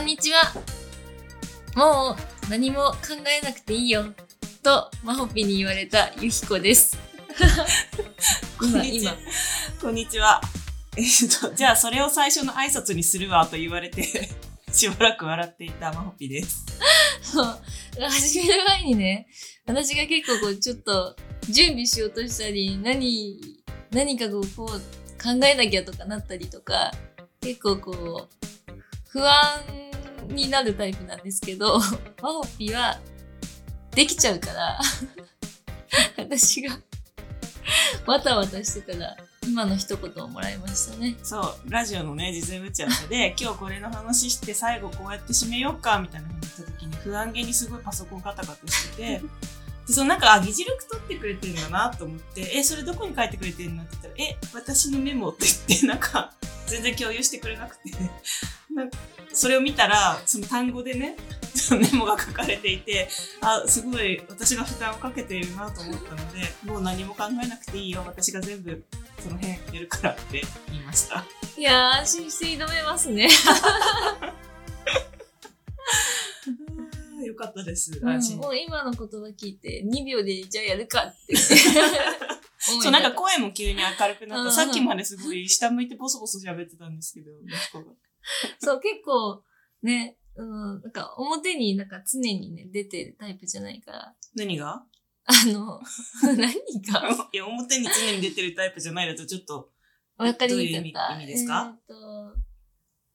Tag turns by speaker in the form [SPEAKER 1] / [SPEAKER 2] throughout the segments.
[SPEAKER 1] んにちは。もう何も考えなくていいよ。と、まほぴに言われたゆひこ です。
[SPEAKER 2] こん
[SPEAKER 1] 今、
[SPEAKER 2] にち
[SPEAKER 1] 今
[SPEAKER 2] は。。 こんにちは。えっと、じゃあそれを最初の挨拶にするわと言われて、 しばらく笑っていたまほぴです。
[SPEAKER 1] そう始める前にね、私が結構こう、ちょっと準備しようとしたり、何、何かこう、こう考えなきゃとかなったりとか、結構こう、不安になるタイプなんですけど、マホピはできちゃうから、私がわたわたしてたら、今の一言をもらいましたね。
[SPEAKER 2] そう、ラジオのね、事前打ち合わせで、今日これの話して最後こうやって締めようか、みたいなふうに言った時に不安げにすごいパソコンカタカタしてて、でそのなんか、あ、議事録取ってくれてるんだなと思って、え、それどこに書いてくれてるのって言ったら、え、私のメモって言って、なんか、全然共有してくれなくて、なんか、それを見たら、その単語でね、そのメモが書かれていて、あ、すごい私が負担をかけているなと思ったので、もう何も考えなくていいよ、私が全部その辺やるからって言いました。
[SPEAKER 1] いやー、安心して挑めますね。
[SPEAKER 2] あーよかったです。
[SPEAKER 1] うん
[SPEAKER 2] 安心。
[SPEAKER 1] もう今の言葉聞いて、2秒でじゃあやるか って。思い
[SPEAKER 2] そう、なんか声も急に明るくな
[SPEAKER 1] うん
[SPEAKER 2] っ
[SPEAKER 1] う
[SPEAKER 2] た。
[SPEAKER 1] ん
[SPEAKER 2] さっきまですごい下向いてボソボソ喋ってたんですけど、息子が。
[SPEAKER 1] そう、結構、ね、うん、なんか表になんか常にね、出てるタイプじゃないから、
[SPEAKER 2] 何が
[SPEAKER 1] あの、何が
[SPEAKER 2] いや、表に常に出てるタイプじゃないだとちょっと、
[SPEAKER 1] わかりにくかった。
[SPEAKER 2] どういう意味意味ですか
[SPEAKER 1] えーっと、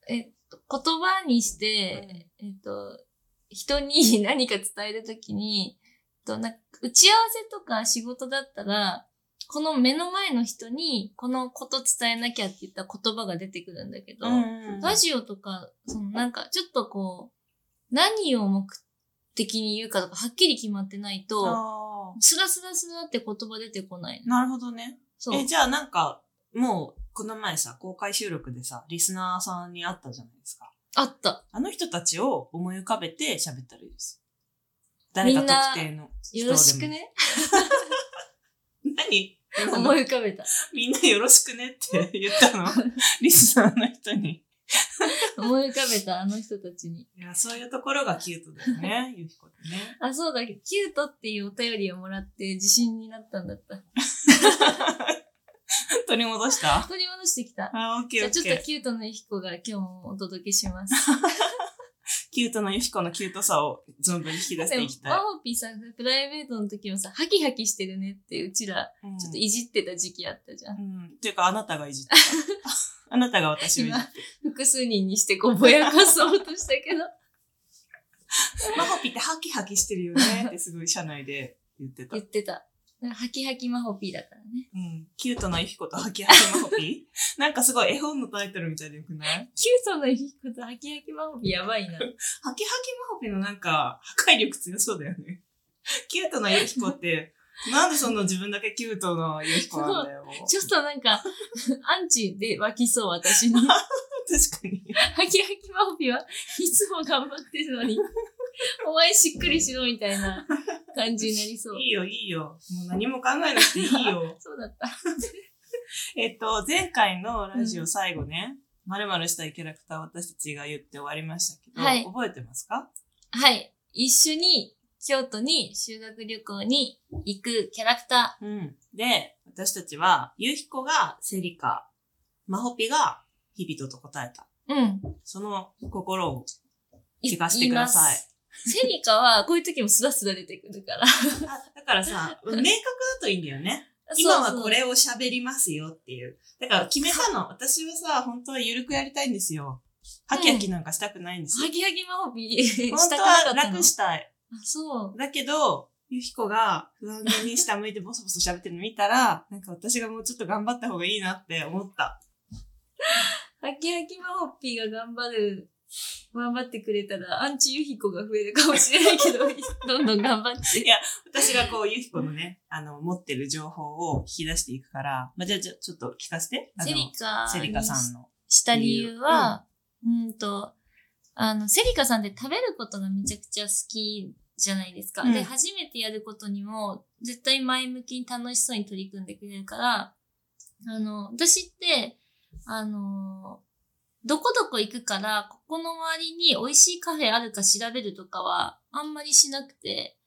[SPEAKER 1] えっと、言葉にして、えっと、人に何か伝えるときに、えっとなんか打ち合わせとか仕事だったら、この目の前の人にこのこと伝えなきゃって言った言葉が出てくるんだけど、ラジオとか、そのなんかちょっとこう、何を目的に言うかとかはっきり決まってないと、
[SPEAKER 2] あ
[SPEAKER 1] スラスラスラって言葉出てこない
[SPEAKER 2] ー
[SPEAKER 1] の。
[SPEAKER 2] なるほどね。
[SPEAKER 1] そう。
[SPEAKER 2] え、じゃあなんか、もう、この前さ、公開収録でさ、リスナーさんに会ったじゃないですか。
[SPEAKER 1] あった。
[SPEAKER 2] あの人たちを思い浮かべて喋ったらいいです。誰か特定の人でも
[SPEAKER 1] よろしく。ね。
[SPEAKER 2] 何
[SPEAKER 1] 思い浮かべた。
[SPEAKER 2] みんなよろしくねって言った のリスナーの人に。
[SPEAKER 1] 思い浮かべた、あの人たちに。
[SPEAKER 2] いや、そういうところがキュートだよ ね、ゆきこってね。
[SPEAKER 1] あ、そうだ、キュートっていうお便りをもらって自信になったんだった。
[SPEAKER 2] 取り戻した
[SPEAKER 1] 取り戻してきた。
[SPEAKER 2] あ、オッ
[SPEAKER 1] じ
[SPEAKER 2] ケ
[SPEAKER 1] ゃ
[SPEAKER 2] ーオ
[SPEAKER 1] あちょ
[SPEAKER 2] ッ
[SPEAKER 1] っ
[SPEAKER 2] ケ
[SPEAKER 1] と
[SPEAKER 2] ー。
[SPEAKER 1] キュートのひこが今日もお届けします。
[SPEAKER 2] キュートのゆきこのキュートさを存分に引き出していきた
[SPEAKER 1] マ
[SPEAKER 2] い。
[SPEAKER 1] ホピーさんがプライベートの時もさ、ハキハキしてるねってうちら、
[SPEAKER 2] うん
[SPEAKER 1] ちょっといじってた時期あったじゃん。
[SPEAKER 2] うん。というか、あなたがい じってた。あなたが私をいじって
[SPEAKER 1] 複数人にしてこうぼやかそうとしたけど。
[SPEAKER 2] た。マホピってハキハキしてるよねってすごい社内で 言ってた
[SPEAKER 1] 言。ってた。ハキハキマホピーだからね。
[SPEAKER 2] うん。キュートのゆきことハキハキマホピ なんかすごい絵本のタイトルみたいでよくない
[SPEAKER 1] キュートのいいことハキハキマホピーやばいな。
[SPEAKER 2] ハキハキマホピのなんか、破壊力強そうだよね。キュートなユキコって、なんでそんな自分だけキュートなユキコなんだよ。
[SPEAKER 1] ちょっとなんか、アンチで湧きそう私に。ハ
[SPEAKER 2] 確かに。
[SPEAKER 1] キハキマホピーはいつも頑張ってるのに、お前しっくりしろみたいな感じになりそう。。
[SPEAKER 2] いいよ、いいよ。もう何も考えなくていいよ
[SPEAKER 1] そうだった。
[SPEAKER 2] えっと、前回のラジオ最後ね、まるまるしたいキャラクター私たちが言って終わりましたけど、
[SPEAKER 1] はい
[SPEAKER 2] 覚えてますか
[SPEAKER 1] はい。一緒に京都に修学旅行に行くキャラクタ
[SPEAKER 2] うん。で、私たちは、ユキコがセリカ、マホピがヒビトと答えた。
[SPEAKER 1] ー。うん。
[SPEAKER 2] その心を聞かせてください。
[SPEAKER 1] セリカは、こういう時もスラスラ出てくる から。
[SPEAKER 2] あだからさ、 明確だといいんだよね。今はこれを喋りますよっていう。だから決めたの。私はさ、本当はゆるくやりたいんですよ。ハキハキなんかしたくないんです
[SPEAKER 1] ハ
[SPEAKER 2] よ。
[SPEAKER 1] ギハギマホビし
[SPEAKER 2] 本
[SPEAKER 1] た
[SPEAKER 2] 当
[SPEAKER 1] くなか
[SPEAKER 2] は
[SPEAKER 1] ったの。
[SPEAKER 2] 楽したい。
[SPEAKER 1] あ、そう。
[SPEAKER 2] だけど、ゆひこが不安げに下向いてボソボソ喋ってるの見たら、なんか私がもうちょっと頑張った方がいいなって思った。
[SPEAKER 1] ハギハギマホピが頑張る、頑張ってくれたら、アンチユヒコが増えるかもしれないけど、 どんどん頑張って。
[SPEAKER 2] 私がこう、ゆひこのね、あの、持ってる情報を引き出していくから、まあ、じゃあちょちょっと聞かせて。あの
[SPEAKER 1] セリカ
[SPEAKER 2] セリカさんの。
[SPEAKER 1] した理由は、うん、と、あの、セリカさんって食べることがめちゃくちゃ好きじゃないですか。
[SPEAKER 2] うん
[SPEAKER 1] で、初めてやることにも、絶対前向きに楽しそうに取り組んでくれるから、あの、私って、あの、どこどこ行くから、ここの周りに美味しいカフェあるか調べるとかは、あんまりしなくて、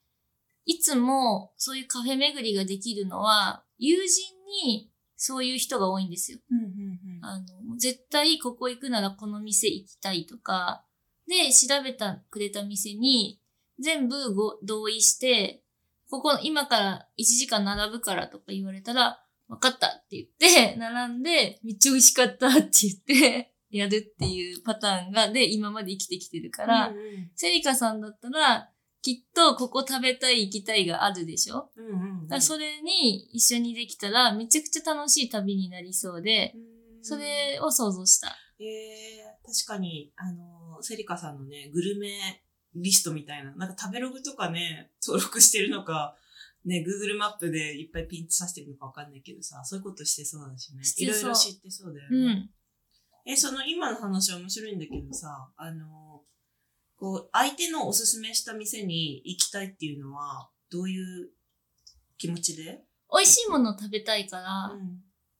[SPEAKER 1] いつもそういうカフェ巡りができるのは、友人にそういう人が多いんですよ。
[SPEAKER 2] うんうん
[SPEAKER 1] あの、絶対ここ行くならこの店行きたいとか、で、調べた、くれた店に、全部ご同意して、ここ今から1時間並ぶからとか言われたら、分かったって言って、 並んで、めっちゃ美味しかったって言って、やるっていうパターンが、で、今まで生きてきてるから、
[SPEAKER 2] うんうん
[SPEAKER 1] セリカさんだったら、きっとここ食べたい行きたいがあるでしょ
[SPEAKER 2] うんうんうん
[SPEAKER 1] だからそれに一緒にできたら、めちゃくちゃ楽しい旅になりそうで、それを想像した。
[SPEAKER 2] えー確かに、あの、セリカさんのね、グルメリストみたいな、なんか食べログとかね、登録してるのか、ね、Google マップでいっぱいピンとさせてるのかわかんないけどさ、そういうことしてそうだしね。
[SPEAKER 1] してそ
[SPEAKER 2] い
[SPEAKER 1] う
[SPEAKER 2] ろいろ知ってそうだよ
[SPEAKER 1] う
[SPEAKER 2] ね。
[SPEAKER 1] ん。
[SPEAKER 2] え、その今の話は面白いんだけどさ、あの、こう、相手のおすすめした店に行きたいっていうのは、どういう気持ちで
[SPEAKER 1] 美味しいものを食べたいから、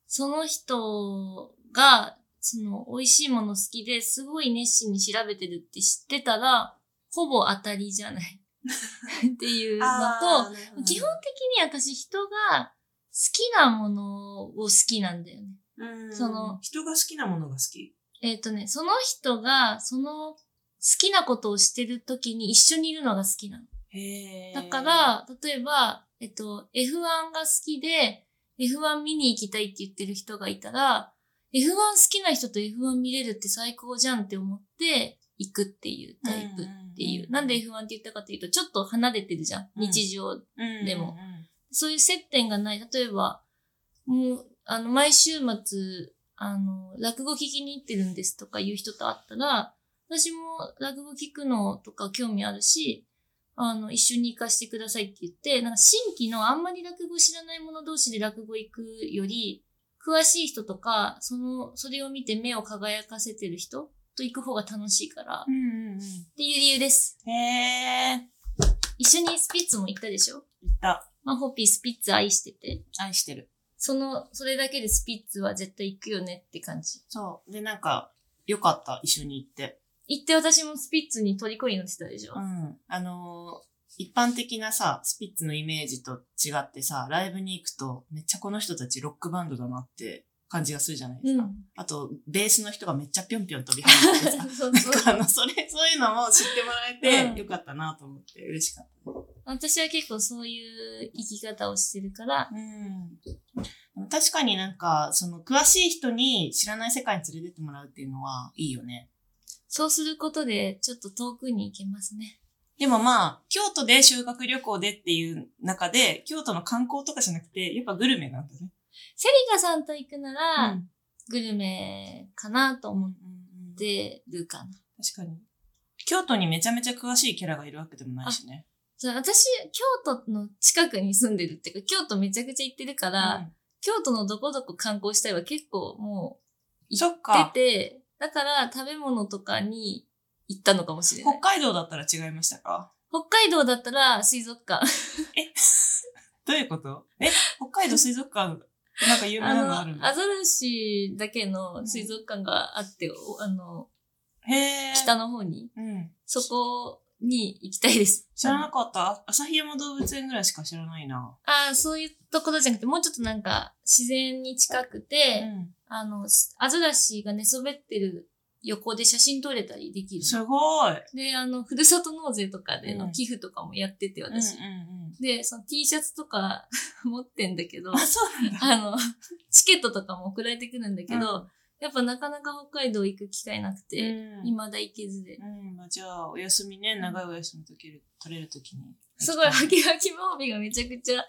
[SPEAKER 1] その人が、その、美味しいもの好きですごい熱心に調べてるって知ってたら、ほぼ当たりじゃない っていうの
[SPEAKER 2] あ
[SPEAKER 1] と、
[SPEAKER 2] ーなるほど
[SPEAKER 1] 基本的に私人が好きなものを好きなんだよね。
[SPEAKER 2] うん
[SPEAKER 1] その
[SPEAKER 2] 人が好きなものが好き。
[SPEAKER 1] えっ、とね、その人がその好きなことをしてる時に一緒にいるのが好きなの。
[SPEAKER 2] へー
[SPEAKER 1] だか、ら、例えば、えっと、F1 が好きで、F1 見に行きたいって言ってる人がいたら、F1 好きな人と F1 見れるって最高じゃんって思って行くっていうタイプっていう。
[SPEAKER 2] うんうんうん
[SPEAKER 1] なんで F1 って言ったかっていうと、ちょっと離れてるじゃん。
[SPEAKER 2] うん
[SPEAKER 1] 日常。でも
[SPEAKER 2] うんうんうん
[SPEAKER 1] そういう接点がない。例えば、もう、あの、毎週末、あの、落語聞きに行ってるんですとかいう人と会ったら、私も落語聞くのとか興味あるし、あの、一緒に行かせてくださいって言って、なんか新規のあんまり落語知らない者同士で落語行くより、詳しい人とか、その、それを見て目を輝かせてる人と行く方が楽しいから、っ
[SPEAKER 2] うんうん
[SPEAKER 1] ていう理由です。
[SPEAKER 2] うん。へえ。
[SPEAKER 1] 一緒にスピッツも行ったでしょ
[SPEAKER 2] いった。
[SPEAKER 1] まあ、ホッピースピッツ愛してて。
[SPEAKER 2] 愛してる。
[SPEAKER 1] その、それだけでスピッツは絶対行くよねって感じ。
[SPEAKER 2] そう。で、なんか、よかった。一緒に行って。
[SPEAKER 1] 行って私もスピッツに虜になってたでしょ。
[SPEAKER 2] うん。あのー一般的なさ、スピッツのイメージと違ってさ、ライブに行くと、めっちゃこの人たちロックバンドだなって感じがするじゃないですか。
[SPEAKER 1] ん。。
[SPEAKER 2] あと、ベースの人がめっちゃぴょんぴょん飛び跳ねててさ
[SPEAKER 1] そうそう。
[SPEAKER 2] あの、それ、そういうのも知ってもらえ
[SPEAKER 1] うん
[SPEAKER 2] て、よかったなと思って、嬉しかった。
[SPEAKER 1] 私は結構そういう生き方をしてるから、
[SPEAKER 2] うん。確かになんか、その、詳しい人に知らない世界に連れてってもらうっていうのはいいよね。
[SPEAKER 1] そうすることでちょっと遠くに行けますね。
[SPEAKER 2] でもまあ、京都で修学旅行でっていう中で、京都の観光とかじゃなくて、やっぱグルメなんだね。
[SPEAKER 1] セリカさんと行くなら、
[SPEAKER 2] うん
[SPEAKER 1] グルメかなと思っ
[SPEAKER 2] うんで、
[SPEAKER 1] てるかな。
[SPEAKER 2] 確かに。京都にめちゃめちゃ詳しいキャラがいるわけでもないしね。
[SPEAKER 1] そう私、京都の近くに住んでるっていうか、京都めちゃくちゃ行ってるから、京都のどこどこ観光したいは結構も
[SPEAKER 2] うんそっ
[SPEAKER 1] う出
[SPEAKER 2] か。
[SPEAKER 1] て、だから食べ物とかに行ったのかもしれない。
[SPEAKER 2] 北海道だったら違いましたか
[SPEAKER 1] 北海道だったら水族館。
[SPEAKER 2] どういうことえ、北海道水族館、なんか有名
[SPEAKER 1] あ
[SPEAKER 2] なのある
[SPEAKER 1] の、ア
[SPEAKER 2] の
[SPEAKER 1] ザラシだけの水族館があって、おあの、
[SPEAKER 2] へー。
[SPEAKER 1] 北の方に、
[SPEAKER 2] うん。
[SPEAKER 1] そこに行きたいです。
[SPEAKER 2] 知らなかった。旭山動物園ぐらいしか知らないな。
[SPEAKER 1] ああ、そういうところじゃなくて、もうちょっとなんか自然に近くて、あの、すアザラシが寝そべってる横で写真撮れたりできる。
[SPEAKER 2] すごい。
[SPEAKER 1] で、あの、ふるさと納税とかで
[SPEAKER 2] う
[SPEAKER 1] の
[SPEAKER 2] ん
[SPEAKER 1] 寄付とかもやってて、私。
[SPEAKER 2] ん
[SPEAKER 1] で、その T シャツとか 持ってんだけど
[SPEAKER 2] あ、、そうなんだ。
[SPEAKER 1] あの、チケットとかも送られてくるんだけど、やっぱなかなか北海道行く機会なくて、
[SPEAKER 2] うん、
[SPEAKER 1] 未だ行けずで。
[SPEAKER 2] うんまあ、じゃあ、お休みね、長いお休みとける取れるときに。
[SPEAKER 1] すごい、ハキハキマオビがめちゃくちゃ、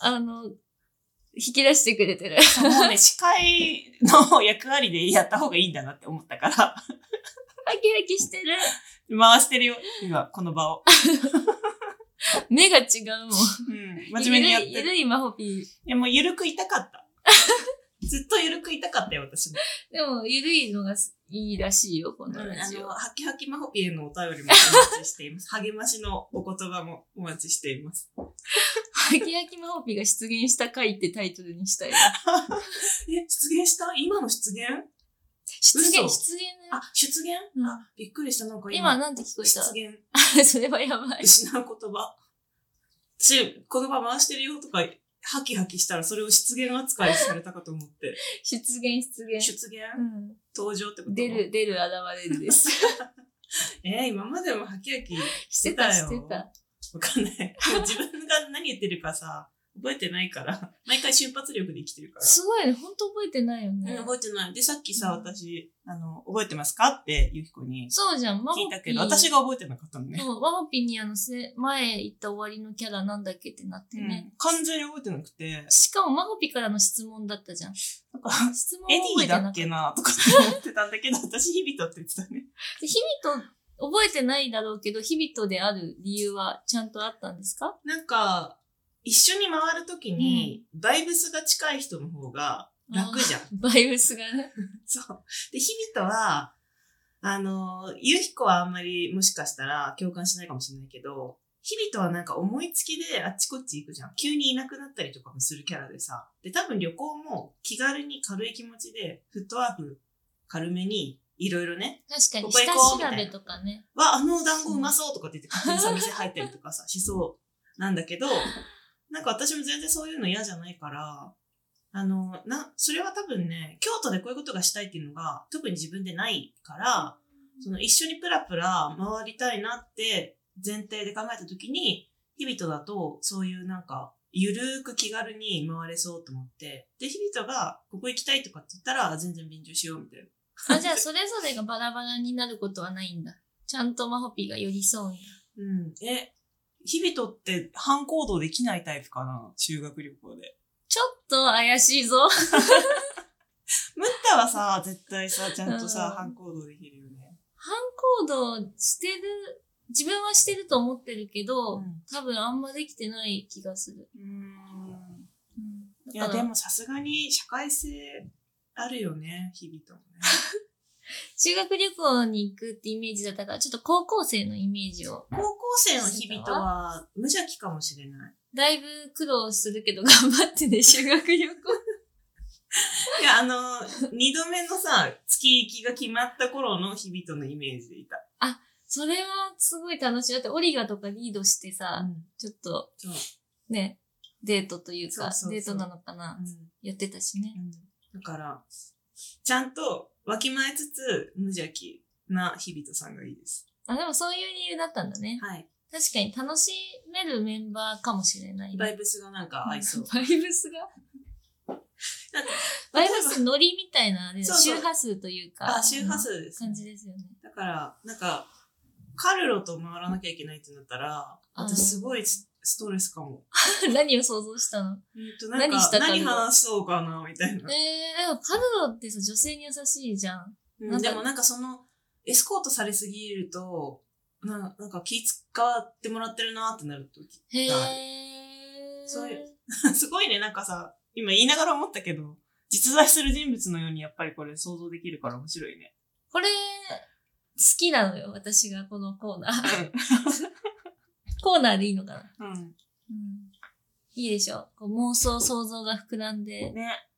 [SPEAKER 1] あの、引き出してくれてる。
[SPEAKER 2] そうもうね、司会の役割でやった方がいいんだなって思ったから、
[SPEAKER 1] ハキハキしてる。
[SPEAKER 2] 回してるよ、今、この場を。
[SPEAKER 1] 目が違うもん。
[SPEAKER 2] うん、真面目にやっ
[SPEAKER 1] ゆる
[SPEAKER 2] て
[SPEAKER 1] い
[SPEAKER 2] る。
[SPEAKER 1] ゆるいマホピー。
[SPEAKER 2] いや、もうゆるくいたかった。 ずっとゆるくいたかったよ、私も。
[SPEAKER 1] でも、ゆるいのがいいらしいよ、こ
[SPEAKER 2] うん、あ
[SPEAKER 1] のラジ
[SPEAKER 2] の、
[SPEAKER 1] オ。
[SPEAKER 2] ハキハキマホピへのお便りもお待ちしています。励ましのお言葉もお待ちしています。
[SPEAKER 1] ハキハキマホピーが出現した回ってタイトルにしたいな。
[SPEAKER 2] え、出現した今の出現
[SPEAKER 1] 失言、
[SPEAKER 2] 嘘
[SPEAKER 1] 失言だよ
[SPEAKER 2] あ、出現、
[SPEAKER 1] うん
[SPEAKER 2] あ、びっくりした。なんか
[SPEAKER 1] 今
[SPEAKER 2] 今、
[SPEAKER 1] なんて聞こえ
[SPEAKER 2] 出現、
[SPEAKER 1] た それはやばい。
[SPEAKER 2] 失う言葉。私、この場回してるよとか、ハキハキしたらそれを失言扱いされたかと思って。
[SPEAKER 1] 失言、失言。
[SPEAKER 2] 出現、
[SPEAKER 1] うん。
[SPEAKER 2] 登場ってこと
[SPEAKER 1] 出る、出る、現れるです。
[SPEAKER 2] えー、今までもハキハキ
[SPEAKER 1] してた、
[SPEAKER 2] して
[SPEAKER 1] したて
[SPEAKER 2] よ
[SPEAKER 1] た。
[SPEAKER 2] わかんない。 でも自分が何言ってるかさ、覚えてないから、毎回瞬発力で生きてるから。
[SPEAKER 1] すごいね。ほんと覚えてないよ
[SPEAKER 2] うん
[SPEAKER 1] ね。
[SPEAKER 2] 覚えてない。で、さっきさ、
[SPEAKER 1] うん
[SPEAKER 2] 私、あの、覚えてますかって、ゆきこに
[SPEAKER 1] そうじゃん。マ
[SPEAKER 2] 聞い
[SPEAKER 1] モ
[SPEAKER 2] た
[SPEAKER 1] ピ
[SPEAKER 2] け
[SPEAKER 1] ー。
[SPEAKER 2] ど、私が覚えてなかったのね。
[SPEAKER 1] そう、マモピーにあのせ、前行った終わりのキャラなんだっけってなってね。
[SPEAKER 2] うん完全に覚えてなくて、
[SPEAKER 1] しかもマモピーからの質問だったじゃん。
[SPEAKER 2] なんか、
[SPEAKER 1] 質問を
[SPEAKER 2] エデ
[SPEAKER 1] 覚
[SPEAKER 2] ィ
[SPEAKER 1] えて
[SPEAKER 2] だ
[SPEAKER 1] なか
[SPEAKER 2] っ
[SPEAKER 1] っ
[SPEAKER 2] け
[SPEAKER 1] た。
[SPEAKER 2] なとか思ってたんだけど、私、日々とって言ってたね。
[SPEAKER 1] で日々と覚えてないだろうけど、日々とである理由はちゃんとあったんですか
[SPEAKER 2] なんか、一緒に回るときに、バイブスが近い人の方が楽じゃん。
[SPEAKER 1] バイブスがね。
[SPEAKER 2] そう。で、日々とは、あの、ゆうひこはあんまりもしかしたら共感しないかもしれないけど、日々とはなんか思いつきであっちこっち行くじゃん。急にいなくなったりとかもするキャラでさ。で、多分旅行も気軽に軽い気持ちで、フットワーク軽めに、いろいろね、
[SPEAKER 1] 確かに、
[SPEAKER 2] ここ
[SPEAKER 1] 下
[SPEAKER 2] 行こう
[SPEAKER 1] 調べとかね。
[SPEAKER 2] わ、あの団子うまそうとかって言って勝手にさ、店入ったりとかさ、しそうなんだけど、なんか私も全然そういうの嫌じゃないから、あの、な、それは多分ね、京都でこういうことがしたいっていうのが、特に自分でないから、その一緒にプラプラ回りたいなって前提で考えたときに、日々とだとそういうなんか、ゆるーく気軽に回れそうと思って、で、日々とがここ行きたいとかって言ったら、全然便乗しようみたいな。
[SPEAKER 1] あ、じゃあ、それぞれがバラバラになることはないんだ。ちゃんとマホピーが寄り添うんだ。
[SPEAKER 2] うん。え、日々とって反行動できないタイプかな修学旅行で。
[SPEAKER 1] ちょっと怪しいぞ。
[SPEAKER 2] ムッタはさ、絶対さ、ちゃんと
[SPEAKER 1] う
[SPEAKER 2] さ、
[SPEAKER 1] ん
[SPEAKER 2] 反行動できるよね。
[SPEAKER 1] 反行動してる、自分はしてると思ってるけど、
[SPEAKER 2] うん
[SPEAKER 1] 多分あんまできてない気がする。
[SPEAKER 2] うん。
[SPEAKER 1] うん、
[SPEAKER 2] いや、
[SPEAKER 1] だから
[SPEAKER 2] でもさすがに社会性あるよね、日々ともね。
[SPEAKER 1] 修学旅行に行くってイメージだったから、ちょっと高校生のイメージを。
[SPEAKER 2] 高校生の日々とは無邪気かもしれない。
[SPEAKER 1] だいぶ苦労するけど頑張ってね、修学旅行。
[SPEAKER 2] いや、あの、二度目のさ、月行きが決まった頃の日々とのイメージでいた。
[SPEAKER 1] それはすごい楽しい。だってオリガとかリードしてさ、ちょっと
[SPEAKER 2] そう。
[SPEAKER 1] ね、デートというか、
[SPEAKER 2] そうそうそう
[SPEAKER 1] デートなのかな、やってたしね。
[SPEAKER 2] だから、ちゃんとわきまえつつ無邪気な日々とさんがいいです。
[SPEAKER 1] あ、でもそういう理由だったんだね。
[SPEAKER 2] はい。
[SPEAKER 1] 確かに楽しめるメンバーかもしれないね、
[SPEAKER 2] バイブスがなんか合いそう。
[SPEAKER 1] バイブスが
[SPEAKER 2] なんか
[SPEAKER 1] バイブスノリみたいな、ね、
[SPEAKER 2] そうそう
[SPEAKER 1] 周波数というか。
[SPEAKER 2] あ、周波数です、
[SPEAKER 1] 感じですよね。
[SPEAKER 2] だから、なんか、カルロと回らなきゃいけないってなったら、
[SPEAKER 1] うん
[SPEAKER 2] 私すごいスストレスかも。
[SPEAKER 1] 何を想像したの
[SPEAKER 2] うんとなん
[SPEAKER 1] 何し
[SPEAKER 2] か
[SPEAKER 1] たか
[SPEAKER 2] 何話そうかな、みたいな。
[SPEAKER 1] えー、でもカルロってさ、女性に優しいじゃん。
[SPEAKER 2] うん
[SPEAKER 1] なん
[SPEAKER 2] で
[SPEAKER 1] か
[SPEAKER 2] もなんかその、エスコートされすぎると、ななんか気使ってもらってるなってなるとき。
[SPEAKER 1] へー。
[SPEAKER 2] そういう。 すごいね、なんかさ、今言いながら思ったけど、実在する人物のようにやっぱりこれ想像できるから面白いね。
[SPEAKER 1] これ、好きなのよ、私がこのコーナー。 コーナーでいいのかな、
[SPEAKER 2] うん。
[SPEAKER 1] うん、いいでしょこう妄想、想像が膨らんで。
[SPEAKER 2] ね。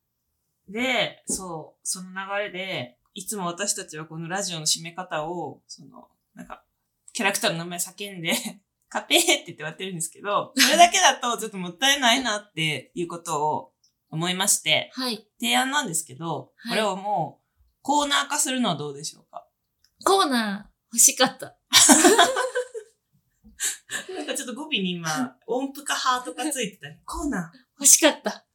[SPEAKER 2] で、そう、その流れで、いつも私たちはこのラジオの締め方を、その、なんか、キャラクターの名前叫んで、 カペーって言って終わってるんですけど、それだけだとちょっともったいないなっていうことを思いまして、
[SPEAKER 1] はい。
[SPEAKER 2] 提案なんですけど、
[SPEAKER 1] はい
[SPEAKER 2] これをもうコーナー化するのはどうでしょうか
[SPEAKER 1] コーナー、欲しかった。
[SPEAKER 2] なんかちょっと語尾に今、音符かハートかついてたね。コーナ
[SPEAKER 1] 欲しか った。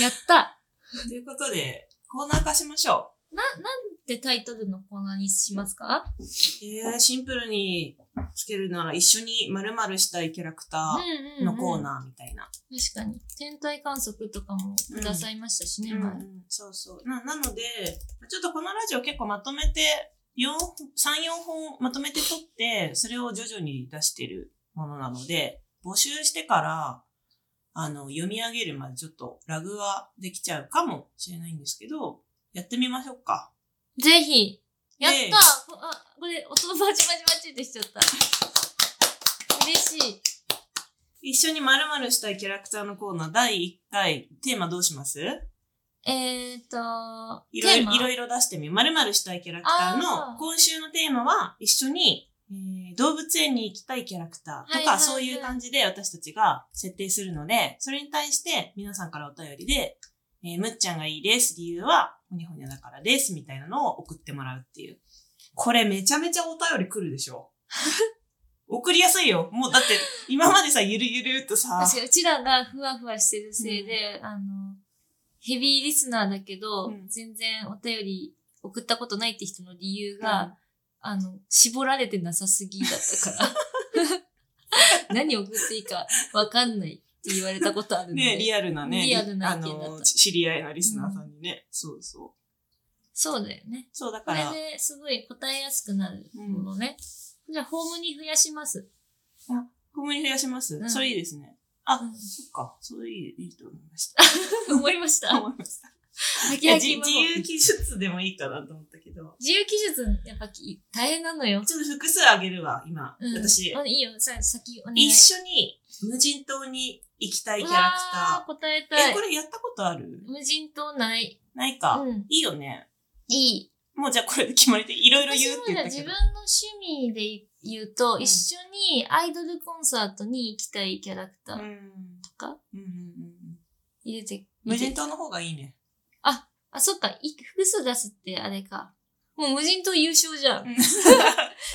[SPEAKER 1] やった。
[SPEAKER 2] ー。ということで、コーナー化しましょ
[SPEAKER 1] ってタイトルのコーナーにしますか
[SPEAKER 2] う。えー、シンプルにつけるなら一緒に〇〇したいキャラクタ
[SPEAKER 1] うん
[SPEAKER 2] ーのコーナーみたいな。
[SPEAKER 1] 確かに。天体観測とかもくださいましたしね、
[SPEAKER 2] うん
[SPEAKER 1] 前
[SPEAKER 2] うんそうそう。な、なので、ちょっとこのラジオ結構まとめて、4、3、4本まとめて撮って、それを徐々に出してるものなので、募集してから、あの、読み上げるまでちょっとラグはできちゃうかもしれないんですけど、やってみましょうか。
[SPEAKER 1] ぜひ。やった、
[SPEAKER 2] ねえ
[SPEAKER 1] こあ、これ、音バチバチバチってしちゃった。嬉しい。
[SPEAKER 2] 一緒に〇〇したいキャラクターのコーナー第1回、テーマどうします
[SPEAKER 1] えっ、と、
[SPEAKER 2] いろい
[SPEAKER 1] テー
[SPEAKER 2] ろ
[SPEAKER 1] マ
[SPEAKER 2] いろいろ出してみる。まるまるしたいキャラクター
[SPEAKER 1] あ
[SPEAKER 2] の、
[SPEAKER 1] ー
[SPEAKER 2] 今週のテーマは、一緒に、えー動物園に行きたいキャラクターとか、
[SPEAKER 1] はいはいはい
[SPEAKER 2] そういう感じで私たちが設定するので、それに対して皆さんからお便りで、えーむっちゃんがいいです。理由は、ほにゃほにゃだからです。みたいなのを送ってもらうっていう。これめちゃめちゃお便り来るでし ょ送りやすいよ。もうだって、今までさ、ゆるゆるっとさ、
[SPEAKER 1] 確かにうちらがふわふわしてるせいで、あの、ヘビーリスナーだけど、
[SPEAKER 2] うん
[SPEAKER 1] 全然お便り送ったことないって人の理由
[SPEAKER 2] う
[SPEAKER 1] が、
[SPEAKER 2] ん
[SPEAKER 1] あの、絞られてなさすぎだった から。何送っていいかわかんないって言われたことあるので。
[SPEAKER 2] ね、リアルなね、
[SPEAKER 1] リアルな
[SPEAKER 2] あ
[SPEAKER 1] 意見だった
[SPEAKER 2] の、ち知り合いのリスナーさんにね、そうそう。
[SPEAKER 1] そうだよね。
[SPEAKER 2] そう、だ
[SPEAKER 1] こ
[SPEAKER 2] から、
[SPEAKER 1] れですごい答えやすくなるものね。じゃあ、ホームに増やします。
[SPEAKER 2] 小麦増やします、
[SPEAKER 1] うん
[SPEAKER 2] それいいですね。あ、
[SPEAKER 1] うん
[SPEAKER 2] そっか、それいい、いいと思いました。
[SPEAKER 1] 思いました。
[SPEAKER 2] 思いました。
[SPEAKER 1] ハ
[SPEAKER 2] い
[SPEAKER 1] キ
[SPEAKER 2] や、
[SPEAKER 1] ハ
[SPEAKER 2] じ
[SPEAKER 1] キ
[SPEAKER 2] 自
[SPEAKER 1] 自由
[SPEAKER 2] 由記述でもいいかなと思ったけど。
[SPEAKER 1] 自由記述、やっぱき大変なのよ。
[SPEAKER 2] ちょっと複数あげるわ、今。
[SPEAKER 1] うん、
[SPEAKER 2] 私、
[SPEAKER 1] あいいよ、さ先お願い。
[SPEAKER 2] 一緒に無人島に行きたいキャラ
[SPEAKER 1] うわー
[SPEAKER 2] ク
[SPEAKER 1] 答え
[SPEAKER 2] ター。
[SPEAKER 1] た
[SPEAKER 2] え、
[SPEAKER 1] い
[SPEAKER 2] こ。れやったことある
[SPEAKER 1] 無人島ない。
[SPEAKER 2] ないか、
[SPEAKER 1] うん。
[SPEAKER 2] いいよね。
[SPEAKER 1] いい。
[SPEAKER 2] もうじゃあこれで決まりでいろいろ
[SPEAKER 1] 私
[SPEAKER 2] 言う
[SPEAKER 1] も
[SPEAKER 2] って
[SPEAKER 1] じ
[SPEAKER 2] 言
[SPEAKER 1] ゃ
[SPEAKER 2] っ
[SPEAKER 1] あ
[SPEAKER 2] た
[SPEAKER 1] 自
[SPEAKER 2] け
[SPEAKER 1] 分
[SPEAKER 2] ど
[SPEAKER 1] の。趣味で言うと、
[SPEAKER 2] うん
[SPEAKER 1] 一緒にアイドルコンサートに行きたいキャラクタ
[SPEAKER 2] うん
[SPEAKER 1] ー。か
[SPEAKER 2] うんうんうん。
[SPEAKER 1] 入れて。
[SPEAKER 2] 無人島の方がいいね。
[SPEAKER 1] あ、そっか。い複数出すってあれか。もう無人島優勝じゃん。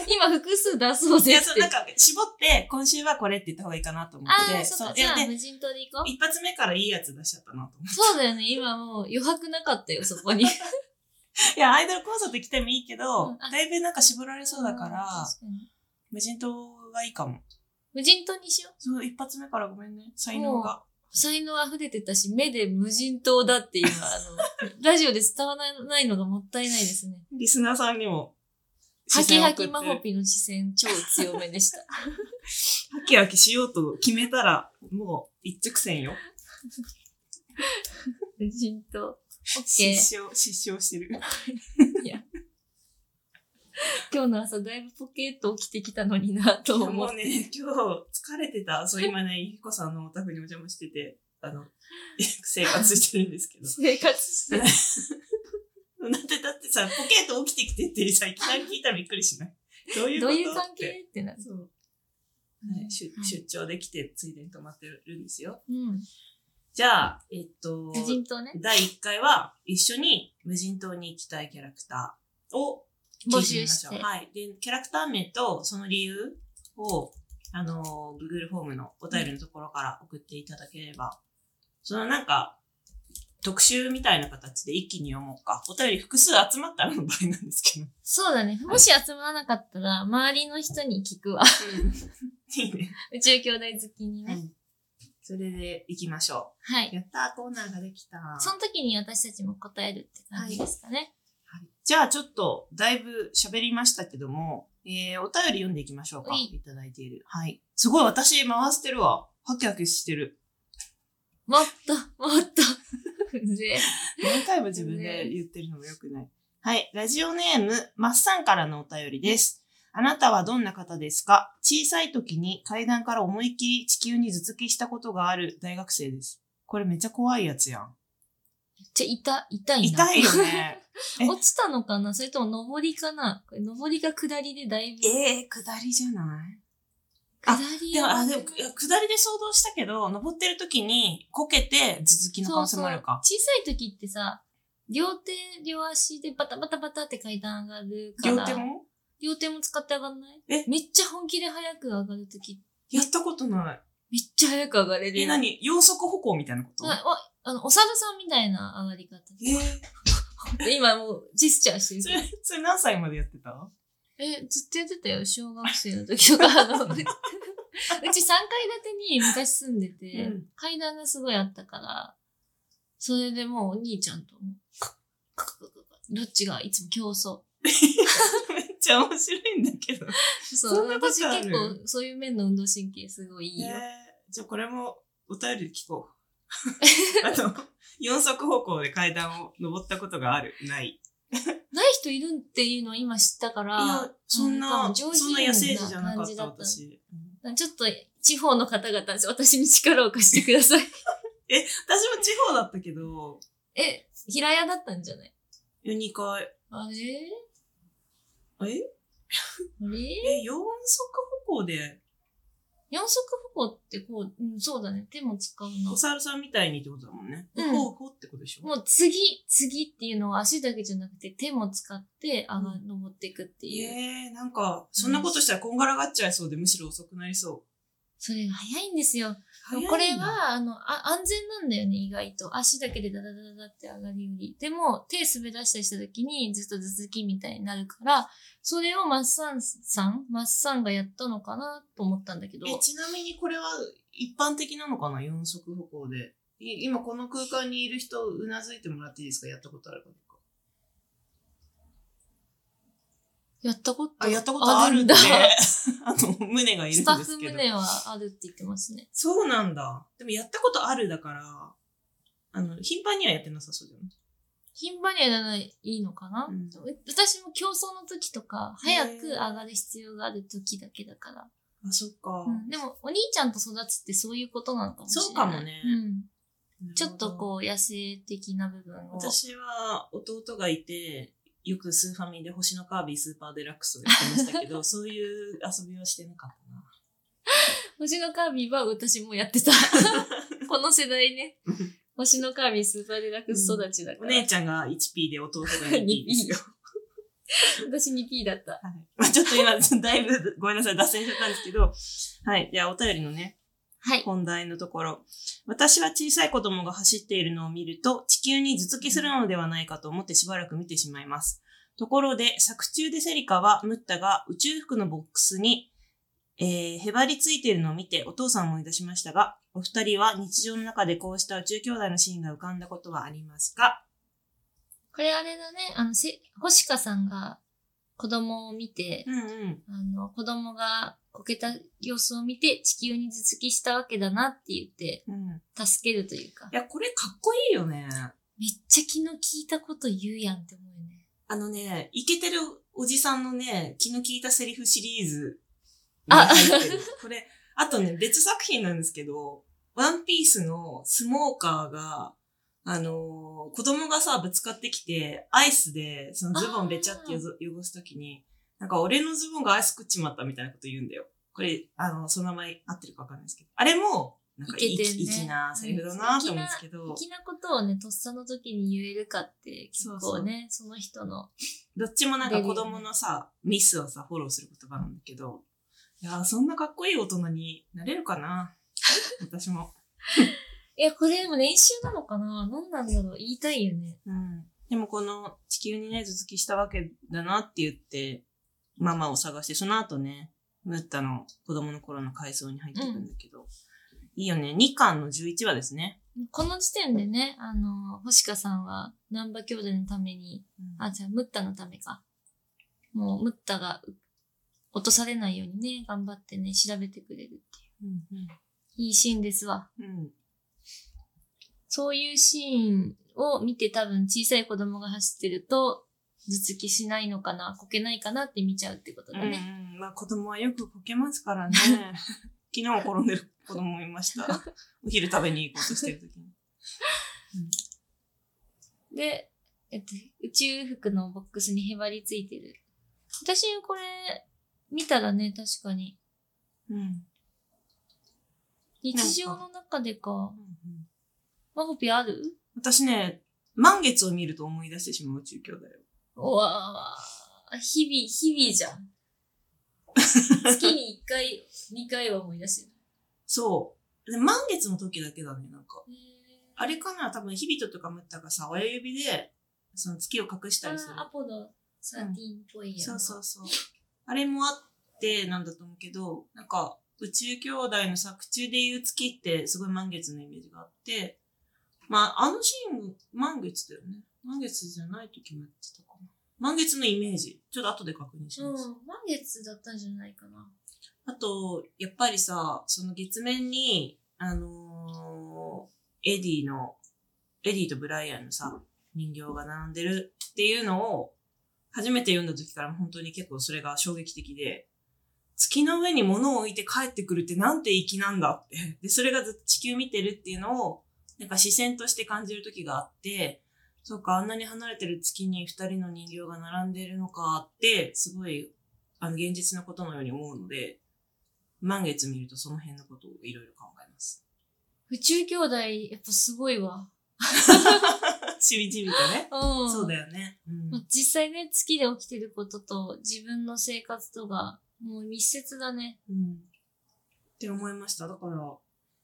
[SPEAKER 1] 今複数出そう
[SPEAKER 2] い
[SPEAKER 1] ぜっ
[SPEAKER 2] や、
[SPEAKER 1] て
[SPEAKER 2] そう、なんか、絞って、今週はこれって言った方がいいかなと思って。
[SPEAKER 1] ああ、そっか。
[SPEAKER 2] い
[SPEAKER 1] じゃ
[SPEAKER 2] や、
[SPEAKER 1] あ
[SPEAKER 2] で、
[SPEAKER 1] 無人島で行こう。
[SPEAKER 2] 一発目からいいやつ出しちゃったなと思っ
[SPEAKER 1] そうだよね。今もう余白なかったよ、そこに。
[SPEAKER 2] て。いや、アイドルコンサート来てもいいけど、
[SPEAKER 1] うんあ
[SPEAKER 2] だいぶなんか絞られ そうだから、
[SPEAKER 1] 確に
[SPEAKER 2] 無人島がいいかも。
[SPEAKER 1] 無人島にしよう。
[SPEAKER 2] そう、一発目からごめんね。才能が。
[SPEAKER 1] 才能溢れてたし、目で無人島だって 今、あの、ラジオで伝わらないのがもったいないですね。
[SPEAKER 2] リスナーさんにも。
[SPEAKER 1] ハキハキ
[SPEAKER 2] 視線を
[SPEAKER 1] マ
[SPEAKER 2] 送っ
[SPEAKER 1] ホ
[SPEAKER 2] て
[SPEAKER 1] ピの視線超強めでした。
[SPEAKER 2] ハキハキしようと決めたら、もう一直線よ。
[SPEAKER 1] 無人島。オッケー。
[SPEAKER 2] 失笑、失笑してる。
[SPEAKER 1] 今日の朝だいぶポケット起きてきたのになと思
[SPEAKER 2] も
[SPEAKER 1] っ
[SPEAKER 2] う
[SPEAKER 1] て。
[SPEAKER 2] ね、今日疲れてた。そう、今ね、ゆきこさんのお宅にお邪魔してて、あの、 生活してるんですけど。
[SPEAKER 1] 生活してる。
[SPEAKER 2] だって、だってさ、ポケット起きてきてってさ、いきなり聞いたらびっくりしない。 どういうこ
[SPEAKER 1] ど
[SPEAKER 2] と
[SPEAKER 1] ういう関
[SPEAKER 2] って
[SPEAKER 1] 係ってなる。
[SPEAKER 2] そう、はい出
[SPEAKER 1] はい
[SPEAKER 2] 出張できて、ついでに泊まってるんですよ。
[SPEAKER 1] うん。
[SPEAKER 2] じゃあ、えっと、
[SPEAKER 1] 無人島ね。
[SPEAKER 2] 第1回は、一緒に無人島に行きたいキャラクターを
[SPEAKER 1] 募
[SPEAKER 2] 聞いてみ
[SPEAKER 1] 集
[SPEAKER 2] ま
[SPEAKER 1] し
[SPEAKER 2] してょう。。はい。で、キャラクター名とその理由を、あの、Google フォームのお便りのところから送っていただければ、そのなんか、特集みたいな形で一気に読もうか。お便り複数集まったらの場合なんですけど。
[SPEAKER 1] そうだね。もし集まらなかったら、周りの人に聞 くわ。
[SPEAKER 2] いいね。
[SPEAKER 1] 宇宙兄弟好きに
[SPEAKER 2] う
[SPEAKER 1] ね。
[SPEAKER 2] んそれで行きましょ
[SPEAKER 1] は
[SPEAKER 2] う。
[SPEAKER 1] い。
[SPEAKER 2] やったー、コーナーができたー。
[SPEAKER 1] その時に私たちも答えるって感じですかね。
[SPEAKER 2] はいじゃあちょっと、だいぶ喋りましたけども、えー、お便り読んでいきましょうか。
[SPEAKER 1] はいい
[SPEAKER 2] ただいている。はい。すごい、私回してるわ。ハキハキしてる。
[SPEAKER 1] もっと、もっと。うぜえ
[SPEAKER 2] 何回も自分で言ってるのもよくない。はい。ラジオネーム、マッサンからのお便りです。あなたはどんな方ですか小さい時に階段から思いっきり地球に頭突きしたことがある大学生です。これめっちゃ怖いやつやん。
[SPEAKER 1] じゃ、痛、痛いな。
[SPEAKER 2] 痛いよ。ね。え
[SPEAKER 1] 落ちたのかなそれとも上りかなこれ上りが下りでだいぶ。
[SPEAKER 2] ええ下りじゃないあ
[SPEAKER 1] 下り
[SPEAKER 2] でも、あ、でも、い
[SPEAKER 1] そ
[SPEAKER 2] や下りで想像したけど、登ってる時に、こけて、頭突きの可能
[SPEAKER 1] う
[SPEAKER 2] 性
[SPEAKER 1] そう。
[SPEAKER 2] もあ
[SPEAKER 1] 小
[SPEAKER 2] るか。
[SPEAKER 1] さい時ってさ、両手、両足でバタバタバタって階段上がるから。
[SPEAKER 2] 両手も
[SPEAKER 1] 両手も使って上がんない
[SPEAKER 2] え
[SPEAKER 1] めっちゃ本気で早く上がる時、
[SPEAKER 2] やったことない。
[SPEAKER 1] めっちゃ早く上がれる
[SPEAKER 2] え、
[SPEAKER 1] よ。
[SPEAKER 2] 何四足歩行みたいなこと
[SPEAKER 1] なおあの、お猿さんみたいな上がり方。
[SPEAKER 2] えー、
[SPEAKER 1] で今もうジェスチャーしてる
[SPEAKER 2] そ
[SPEAKER 1] け
[SPEAKER 2] れ
[SPEAKER 1] ど。、
[SPEAKER 2] それ何歳までやってた
[SPEAKER 1] え、ずっとやってたよ、小学生の時とか。あのうち3階建てに昔住んでて、
[SPEAKER 2] うん
[SPEAKER 1] 階段がすごいあったから、それでもうお兄ちゃんともう、カクカクカクカクどっちがいつも競争。
[SPEAKER 2] めっちゃ面白いんだけど。
[SPEAKER 1] そう、
[SPEAKER 2] そんなこと
[SPEAKER 1] 私
[SPEAKER 2] ある
[SPEAKER 1] 結構そういう面の運動神経すごいいいよ。
[SPEAKER 2] えーじゃあこれも、お便りで聞こ う。あの、四足歩行で階段を登ったことがある、ない。
[SPEAKER 1] ない人いるっていうのを今知ったから、
[SPEAKER 2] いや、そん
[SPEAKER 1] う
[SPEAKER 2] な、
[SPEAKER 1] 多分上
[SPEAKER 2] そんな
[SPEAKER 1] 品
[SPEAKER 2] 野生児じゃなか
[SPEAKER 1] 感
[SPEAKER 2] っ
[SPEAKER 1] じ
[SPEAKER 2] た、
[SPEAKER 1] だった
[SPEAKER 2] 私。うん
[SPEAKER 1] ちょっと地方の方々、私に力を貸してください。
[SPEAKER 2] 私も地方だったけど、
[SPEAKER 1] え、平屋だったんじゃない
[SPEAKER 2] え、2階。
[SPEAKER 1] あれ
[SPEAKER 2] え
[SPEAKER 1] あれ
[SPEAKER 2] え、4足歩行で、
[SPEAKER 1] 四足歩行ってこう、うん、そうだね。手も使うな
[SPEAKER 2] お。猿さんみたいにってことだもんね。
[SPEAKER 1] うん
[SPEAKER 2] 歩行ってことでしょ
[SPEAKER 1] もう次、次っていうのは足だけじゃなくて手も使って上が、
[SPEAKER 2] う
[SPEAKER 1] 登っていくっていう。
[SPEAKER 2] ええなんか、そんなことしたらこんがらがっちゃいそうで、むしろ遅くなりそ
[SPEAKER 1] それが早いんですよ。
[SPEAKER 2] う。
[SPEAKER 1] これ
[SPEAKER 2] 早いな、
[SPEAKER 1] は、あのあ、安全なんだよね、意外と。足だけでダダダダダって上がるより。でも、手滑らしたりした時にずっと頭突きみたいになるから、それをマッサンさんマッサンがやったのかなと思ったんだけど。
[SPEAKER 2] え、ちなみにこれは一般的なのかな四足歩行で。い今この空間にいる人、うなずいてもらっていいですかやったことあるかどうか。
[SPEAKER 1] やったこと
[SPEAKER 2] あ、やったことあるんで、
[SPEAKER 1] あるんだ
[SPEAKER 2] あの、胸がいるん
[SPEAKER 1] スタッ
[SPEAKER 2] で
[SPEAKER 1] フ
[SPEAKER 2] すけど。
[SPEAKER 1] 胸はあるって言ってますね。
[SPEAKER 2] そうなんだ。でもやったことあるだから、あの、頻繁にはやってなさそうじゃない
[SPEAKER 1] 頻繁にはやらないいいのかな、
[SPEAKER 2] うん
[SPEAKER 1] 私も競争の時とか、早く上がる必要がある時だけだから。
[SPEAKER 2] あ、そっか。
[SPEAKER 1] うんでも、お兄ちゃんと育つってそういうことなのかもしれない。
[SPEAKER 2] そうかもね
[SPEAKER 1] うん
[SPEAKER 2] なるほど
[SPEAKER 1] ちょっとこう、野生的な部分を。
[SPEAKER 2] 私は弟がいて、よくスーファミで星のカービィスーパーデラックスをやってましたけど、そういう遊びはしてなかったな。
[SPEAKER 1] 星のカービィは私もやって た。この世代ね。星のカービィスーパーデラックス育ちだか
[SPEAKER 2] お
[SPEAKER 1] ら。
[SPEAKER 2] 姉ちゃんが 1P で弟 が 2P ですよ。
[SPEAKER 1] 私 2P だった。
[SPEAKER 2] はい。まあちょっと今、 だいぶごめんなさい、脱線しちゃったんですけど、はい。じゃあお便りのね、
[SPEAKER 1] はい。
[SPEAKER 2] 本題のところ。私は小さい子供が走っているのを見ると、地球に頭突きするのではないかと思ってしばらく見てしまいます。ところで、作中でセリカは、ムッタが宇宙服のボックスに、えー、へばりついているのを見てお父さんを思い出しましたが、お二人は日常の中でこうした宇宙兄弟のシーンが浮かんだことはありますか
[SPEAKER 1] これあれだね、あの、せ、星香さんが子供を見て、
[SPEAKER 2] んうん。
[SPEAKER 1] あの、子供がこけた様子を見て、地球に頭突きしたわけだなって言って、
[SPEAKER 2] うん。
[SPEAKER 1] 助けるというか
[SPEAKER 2] い。や、これかっこいいよね。
[SPEAKER 1] めっちゃ昨日聞いたこと言うやんって思うよね。
[SPEAKER 2] あのね、イケてるおじさんのね、気の利いたセリフシリーズに
[SPEAKER 1] あ
[SPEAKER 2] 入 ってる。これ、あとね、別作品なんですけど、ワンピースのスモーカーが、あのー子供がさ、ぶつかってきて、アイスで、そのズボンべちゃってよぞ汚すときに、なんか俺のズボンがアイス食っちまったみたいなこと言うんだよ。これ、あの、その名前合ってるかわかんないですけど。あれも、なんか
[SPEAKER 1] イケてんね
[SPEAKER 2] 粋なセリフだなと思うんですけど、
[SPEAKER 1] 粋なことをね、とっさの時に言えるかって、結構ね、その人の。
[SPEAKER 2] どっちもなんか子供のさ、ミスをさ、フォローする言葉なんだけど、いやー、そんなかっこいい大人になれるか な私も。
[SPEAKER 1] いや、これでも練習なのかな何なんだろう言いたいよね。
[SPEAKER 2] うん。でもこの地球にね、頭突きしたわけだなって言って、ママを探して、その後ね、ムッタの子供の頃の回想に入っていくんだけど、いいよね。2巻の11話ですね。
[SPEAKER 1] この時点でね、あの、星香さんは、南波兄弟のために、あ、じゃあ、ムッタのためか。もう、ムッタがう落とされないようにね、頑張ってね、調べてくれるっていう。
[SPEAKER 2] うん、
[SPEAKER 1] いいシーンですわ。
[SPEAKER 2] うん。うん。
[SPEAKER 1] そういうシーンを見て多分小さい子供が走ってると、頭突きしないのかな、こけないかなって見ちゃうってことだ
[SPEAKER 2] うん
[SPEAKER 1] ね。
[SPEAKER 2] うん、まあ子供はよくこけますからね。昨日転んでる子供もいました。 お昼食べに行こうとしてる時に。
[SPEAKER 1] で、えっと、宇宙服のボックスにへばりついてる。私これ見たらね、確かに。
[SPEAKER 2] うん。
[SPEAKER 1] 日常の中でか。マホピある
[SPEAKER 2] 私ね、満月を見ると思い出してしまう宇宙兄弟を。
[SPEAKER 1] うわあ日々、日々じゃん。月に1回、2回 は思い出してる。
[SPEAKER 2] そう。で満月の時だけだね、なんか。
[SPEAKER 1] へー
[SPEAKER 2] あれかな多分、ヒビトとかムッタがさ、親指で、その月を隠したりする
[SPEAKER 1] あ。アポロ13っぽいやんか、
[SPEAKER 2] そうそうそう。あれもあってなんだと思うけど、なんか、宇宙兄弟の作中で言う月ってすごい満月のイメージがあって、まあ、あのシーン、満月だよね。満月じゃない時もやってたかな。満月のイメージ。ちょっと後で確認し
[SPEAKER 1] うん
[SPEAKER 2] ます。、
[SPEAKER 1] 満月だったんじゃないかな。
[SPEAKER 2] あと、やっぱりさ、その月面に、あのーエディの、エディとブライアンのさ、人形が並んでるっていうのを、初めて読んだ時から本当に結構それが衝撃的で、月の上に物を置いて帰ってくるってなんて粋なんだって。で、それがずっと地球見てるっていうのを、なんか視線として感じる時があって、そうか、あんなに離れてる月に二人の人形が並んでいるのかって、すごい、あの、現実のことのように思うので、満月見るとその辺のことをいろいろ考え ます。
[SPEAKER 1] 宇宙兄弟、やっぱすごいわ。
[SPEAKER 2] しみじみとね。
[SPEAKER 1] うん。
[SPEAKER 2] そうだよね。うん
[SPEAKER 1] まあ実際ね、月で起きてることと自分の生活とが、もう密接だね。
[SPEAKER 2] うんって思いました。だから、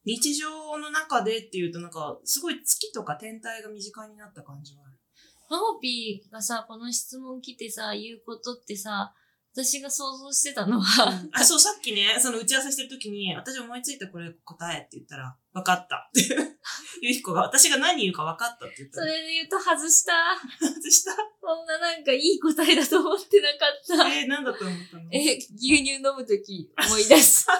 [SPEAKER 2] 日常の中でっていうとなんか、すごい月とか天体が身近になった感じはある。
[SPEAKER 1] マホピーがさ、この質問来てさ、言うことってさ、私が想像してたのは、
[SPEAKER 2] あ、そう、さっきね、その打ち合わせしてる時に、私思いついたこれ答えって言ったら、分かったって。 ゆうひこが、私が何言うか分かったって言っ
[SPEAKER 1] そ
[SPEAKER 2] たら、
[SPEAKER 1] れで言うと外した。
[SPEAKER 2] 外した。
[SPEAKER 1] こんななんかいい答えだと思ってなかった。
[SPEAKER 2] えー、なんだと思ったの
[SPEAKER 1] え、牛乳飲むとき思い出す。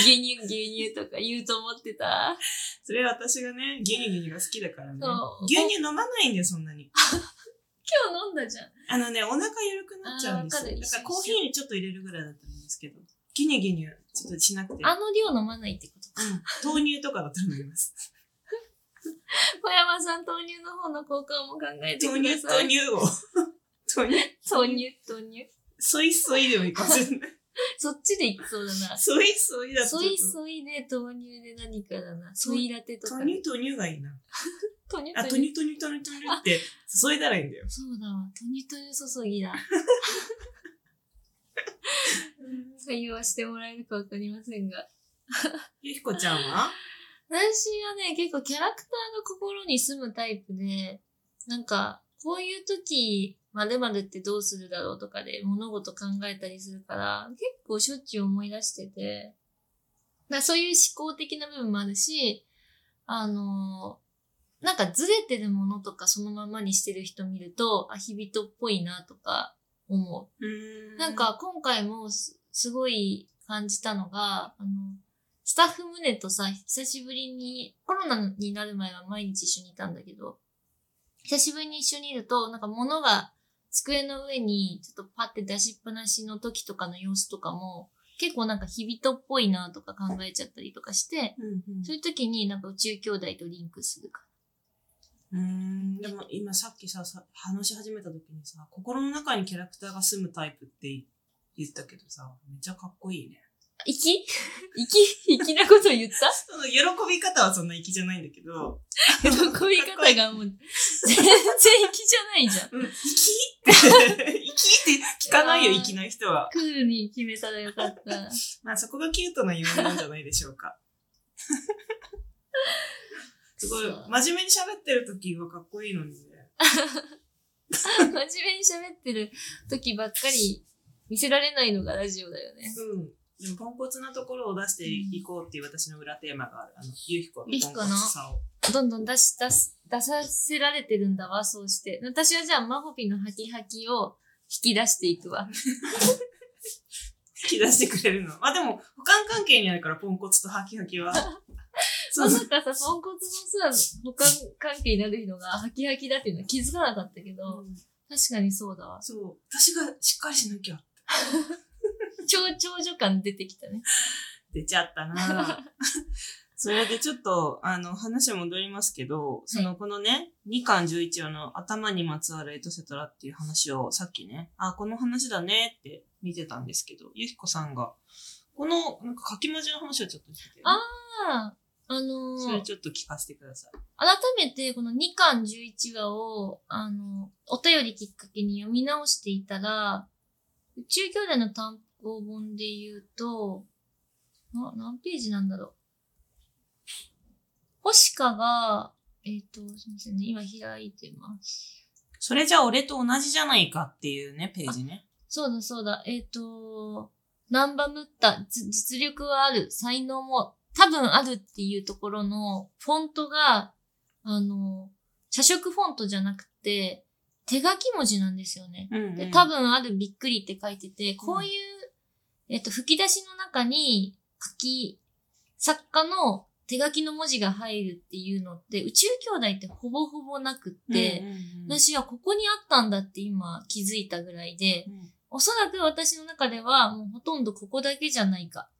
[SPEAKER 1] 牛乳、牛乳とか言うと思ってた。
[SPEAKER 2] それは私がね、牛乳牛乳が好きだからね
[SPEAKER 1] そう。
[SPEAKER 2] 牛乳飲まないんだよ、そんな
[SPEAKER 1] 今
[SPEAKER 2] に。
[SPEAKER 1] 日飲んだじゃん。
[SPEAKER 2] あのね、お腹緩くなっちゃうんです
[SPEAKER 1] あーわ
[SPEAKER 2] よ。
[SPEAKER 1] かる
[SPEAKER 2] だから
[SPEAKER 1] 一緒
[SPEAKER 2] コーヒーにちょっと入れるぐらいだったらいいんですけど、牛乳牛乳、ちょっとしなくて。
[SPEAKER 1] あの量飲まないってこと
[SPEAKER 2] うん豆乳とかだと思います。
[SPEAKER 1] 小山さん、豆乳の方の効果も考えて
[SPEAKER 2] 豆
[SPEAKER 1] くだ
[SPEAKER 2] 乳、
[SPEAKER 1] さ
[SPEAKER 2] 豆
[SPEAKER 1] い。
[SPEAKER 2] 乳を。豆乳、
[SPEAKER 1] 豆乳、豆乳。
[SPEAKER 2] ソイソイでもいいかもしれない。
[SPEAKER 1] そっちでいきそうだな。
[SPEAKER 2] ソイソイだとちょっ
[SPEAKER 1] ソ
[SPEAKER 2] と。
[SPEAKER 1] イソイで豆乳で何かだな。ソイラテとか。
[SPEAKER 2] 豆乳、豆乳がいいな。
[SPEAKER 1] 豆乳
[SPEAKER 2] あ、豆乳、豆乳、豆乳、豆乳って、注いだらいいんだよ。
[SPEAKER 1] そうだわ。豆乳豆乳注ぎ だ。 採用はしてもらえるかわかりませんが。
[SPEAKER 2] ゆひこちゃんは
[SPEAKER 1] 私はね、結構キャラクターが心に住むタイプで、なんか、こういう時、まるまるってどうするだろうとかで物事考えたりするから、結構しょっちゅう思い出してて、だからそういう思考的な部分もあるし、あのーなんかずれてるものとかそのままにしてる人見ると、あ、日々っぽいなとか思う。なん、か今回もすすごい感じたのが、あの、スタッフ胸とさ、久しぶりに、コロナになる前は毎日一緒にいたんだけど、久しぶりに一緒にいると、なんか物が机の上にちょっとパって出しっぱなしの時とかの様子とかも、結構なんか日々とっぽいなとか考えちゃったりとかして、
[SPEAKER 2] うんうん
[SPEAKER 1] そういう時になんか宇宙兄弟とリンクするか
[SPEAKER 2] うーんでも今さっきささ話し始めた時にさ心の中にキャラクターが住むタイプって言ったけどさめっちゃかっこいいね
[SPEAKER 1] ら。粋 粋粋なこと言った
[SPEAKER 2] その喜び方はそんな粋じゃないんだけど
[SPEAKER 1] 喜び方がもう、全然粋じゃないじゃん。
[SPEAKER 2] うん粋って粋って聞かないよ
[SPEAKER 1] あー
[SPEAKER 2] 粋な人は
[SPEAKER 1] クールに決めたらよかった。
[SPEAKER 2] まあそこがキュートな夢なんじゃないでしょう かすごい
[SPEAKER 1] そう
[SPEAKER 2] 真面目に喋ってる時はかっこいいのにね
[SPEAKER 1] 真面目に喋ってる時ばっかり見せられないのがラジオだよね。
[SPEAKER 2] うんでもポンコツなところを出していこうっていう私の裏テーマがあるあのゆうひこのポンコツさを
[SPEAKER 1] どんどん出し、出す、出させられてるんだわ、そうして。私はじゃあ、マホピのハキハキを引き出していくわ。
[SPEAKER 2] 引き出してくれ るの。まあでも、保管関係にあるから、ポンコツとハキハキは。 そ
[SPEAKER 1] ま
[SPEAKER 2] う そ
[SPEAKER 1] さかさ、ポンコツのさ、保管関係になる人がハキハキだっていうのは気づかなかったけど、
[SPEAKER 2] う。
[SPEAKER 1] 確かにそうだわ。
[SPEAKER 2] そう。私がしっかりしなきゃ。
[SPEAKER 1] 超、長女感出てきたね。
[SPEAKER 2] 出ちゃっ たなそれでちょっと、あの、話は戻りますけど、その、このね、2巻11話の頭にまつわるエトセトラっていう話をさっきね、あ、この話だねって見てたんですけど、ゆひこさんが、この、なんか書き文字の話をちょっとしてて、
[SPEAKER 1] あまあ、あのー
[SPEAKER 2] それちょっと聞かせてください。
[SPEAKER 1] 改めてこの2巻11話を、あの、お便りきっかけに読み直していたら、宇宙兄弟の単行本で言うと、な、何ページなんだろう。星香が、えっ、と、すみませんね、今開いてます。
[SPEAKER 2] それじゃあ俺と同じじゃないかっていうね、ページね。
[SPEAKER 1] そうだそうだ、えっ、と、ナンバムッタ、じ実力はある、才能も多分あるっていうところの、フォントが、あの、社食フォントじゃなくて、手書き文字なんですよね。
[SPEAKER 2] うんうん、
[SPEAKER 1] で、多分あるびっくりって書いてて、こういう、えっと、吹き出しの中に書き、作家の手書きの文字が入るっていうのって、宇宙兄弟ってほぼほぼなくって、
[SPEAKER 2] うんうんうん
[SPEAKER 1] 私はここにあったんだって今気づいたぐらいで、
[SPEAKER 2] うん
[SPEAKER 1] おそらく私の中では、もうほとんどここだけじゃないか。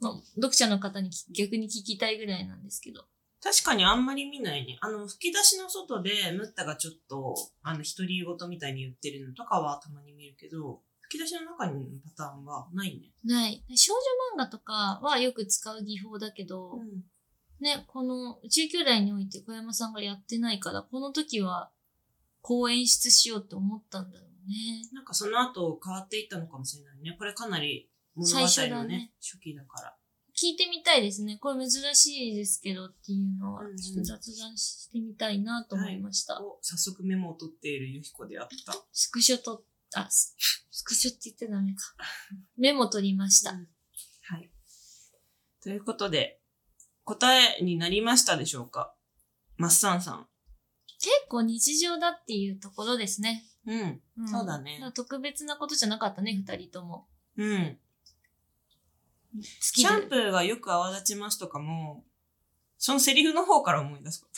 [SPEAKER 1] まあ、読者の方にき逆に聞きたいぐらいなんですけど。
[SPEAKER 2] 確かにあんまり見ないね。あの、吹き出しの外で、ムッタがちょっと、あの、独り言みたいに言ってるのとかはたまに見るけど、吹き出しの中にパターンはないね。
[SPEAKER 1] ない。少女漫画とかはよく使う技法だけど、
[SPEAKER 2] ん。
[SPEAKER 1] ね、この宇宙兄弟において小山さんがやってないから、この時はこう演出しようって思ったんだろうね。
[SPEAKER 2] なんかその後変わっていったのかもしれないね。これかなり物語
[SPEAKER 1] 最初
[SPEAKER 2] の
[SPEAKER 1] だ
[SPEAKER 2] ね
[SPEAKER 1] ね、
[SPEAKER 2] 初期だから。
[SPEAKER 1] 聞いてみたいですね。これ珍しいですけどっていうのは
[SPEAKER 2] うんう、ん
[SPEAKER 1] ちょっと雑談してみたいなと思いました。
[SPEAKER 2] お、早速メモを取っているゆひこであった。
[SPEAKER 1] スクショと、あ、ススクショって言ってダメか。メモ取りました。
[SPEAKER 2] うんはい。ということで、答えになりましたでしょうかマッサンさん。
[SPEAKER 1] 結構日常だっていうところですね。
[SPEAKER 2] うん。
[SPEAKER 1] ん
[SPEAKER 2] そうだね
[SPEAKER 1] から特別なことじゃなかったね、二人とも。
[SPEAKER 2] うん。
[SPEAKER 1] 好き
[SPEAKER 2] シ
[SPEAKER 1] で
[SPEAKER 2] ャンプーがよく泡立ちますとかも、そのセリフの方から思い出すこ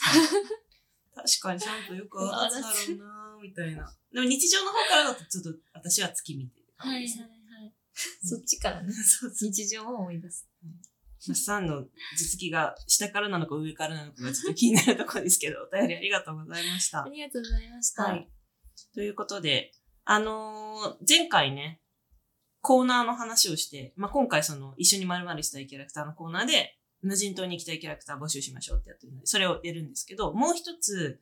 [SPEAKER 2] と。 確かにシャンプーよく泡立つだろうなーみたいな。でも日常の方からだとちょっと私は月見てる
[SPEAKER 1] はい
[SPEAKER 2] 感
[SPEAKER 1] は
[SPEAKER 2] じ
[SPEAKER 1] い
[SPEAKER 2] ですね。
[SPEAKER 1] はい。そっちからね。
[SPEAKER 2] そうそう。
[SPEAKER 1] 日常を思い出す。
[SPEAKER 2] マッサンの頭突きが下からなのか上からなのかがちょっと気になるところですけど、お便りありがとうございました
[SPEAKER 1] あ。りがとうございました。
[SPEAKER 2] はい。ということで、あのー前回ね、コーナーの話をして、まあ、今回その、一緒に〇〇したいキャラクターのコーナーで、無人島に行きたいキャラクター募集しましょうってやってるので、それをやるんですけど、もう一つ、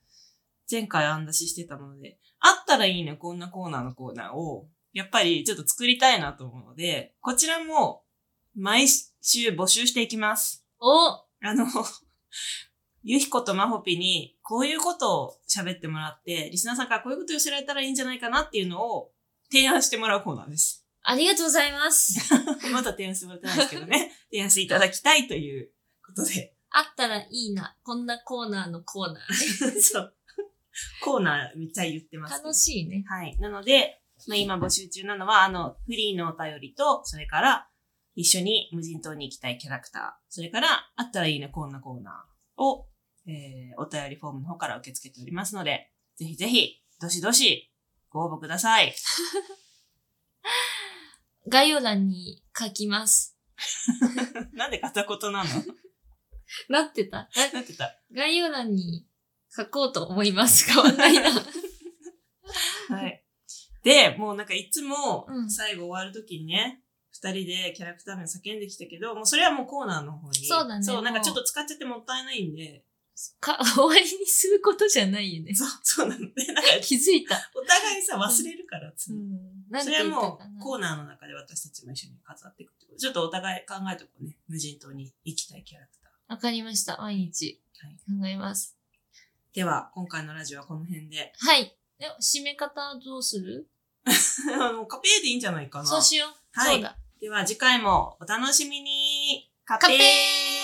[SPEAKER 2] 前回案出ししてたもので、あったらいいね、こんなコーナーのコーナーを、やっぱりちょっと作りたいなと思うので、こちらも、毎週募集していきます。
[SPEAKER 1] お
[SPEAKER 2] あの、ゆひことまほぴに、こういうことを喋ってもらって、リスナーさんからこういうこと寄せられたらいいんじゃないかなっていうのを提案してもらうコーナーです。
[SPEAKER 1] ありがとうございます。
[SPEAKER 2] まだ提案してもらってないですけどね、 提案していただきたいということで。
[SPEAKER 1] あったらいいな。こんなコーナーのコーナー。
[SPEAKER 2] そう。コーナーめっちゃ言ってますけど
[SPEAKER 1] 楽しいね。
[SPEAKER 2] はい。なので、まあ、今募集中なのは、あの、フリーのお便りと、それから、一緒に無人島に行きたいキャラクター、それから、あったらいいね、こんなコーナーを、えー、お便りフォームの方から受け付けておりますので、ぜひぜひ、どしどし、ご応募ください。
[SPEAKER 1] 概要欄に書きます。
[SPEAKER 2] なんで片言 なの
[SPEAKER 1] なってた
[SPEAKER 2] なってた。
[SPEAKER 1] 概要欄に書こうと思います。変わん ないな。
[SPEAKER 2] はい。で、もうなんかいつも
[SPEAKER 1] う、ん
[SPEAKER 2] 最後終わるときにね、二人でキャラクター名叫んできたけど、もうそれはもうコーナーの方に。
[SPEAKER 1] そうだね
[SPEAKER 2] そう、なんか
[SPEAKER 1] もう
[SPEAKER 2] ちょっと使っちゃってもったいないんで、
[SPEAKER 1] か、終わりにすることじゃないよね。
[SPEAKER 2] そう、そうなので、なんか、
[SPEAKER 1] 気づいた。
[SPEAKER 2] お互いさ、忘れるから、
[SPEAKER 1] う
[SPEAKER 2] 次
[SPEAKER 1] ん。なん
[SPEAKER 2] そ
[SPEAKER 1] て
[SPEAKER 2] れは
[SPEAKER 1] 言った
[SPEAKER 2] も
[SPEAKER 1] か
[SPEAKER 2] う、
[SPEAKER 1] な。
[SPEAKER 2] コーナーの中で私たちも一緒に飾っていくってこと。ちょっとお互い考えとこうね。無人島に行きたいキャラクタ
[SPEAKER 1] わかりました。毎日
[SPEAKER 2] ー。はい。
[SPEAKER 1] 考えます。
[SPEAKER 2] では、今回のラジオはこの辺で。
[SPEAKER 1] はい。え、締め方どうする
[SPEAKER 2] もうカペーでいいんじゃないかな。
[SPEAKER 1] そうしよう。
[SPEAKER 2] はい
[SPEAKER 1] そうだ。
[SPEAKER 2] では、次回もお楽しみに。カ
[SPEAKER 1] カ
[SPEAKER 2] ペ
[SPEAKER 1] ペ
[SPEAKER 2] ー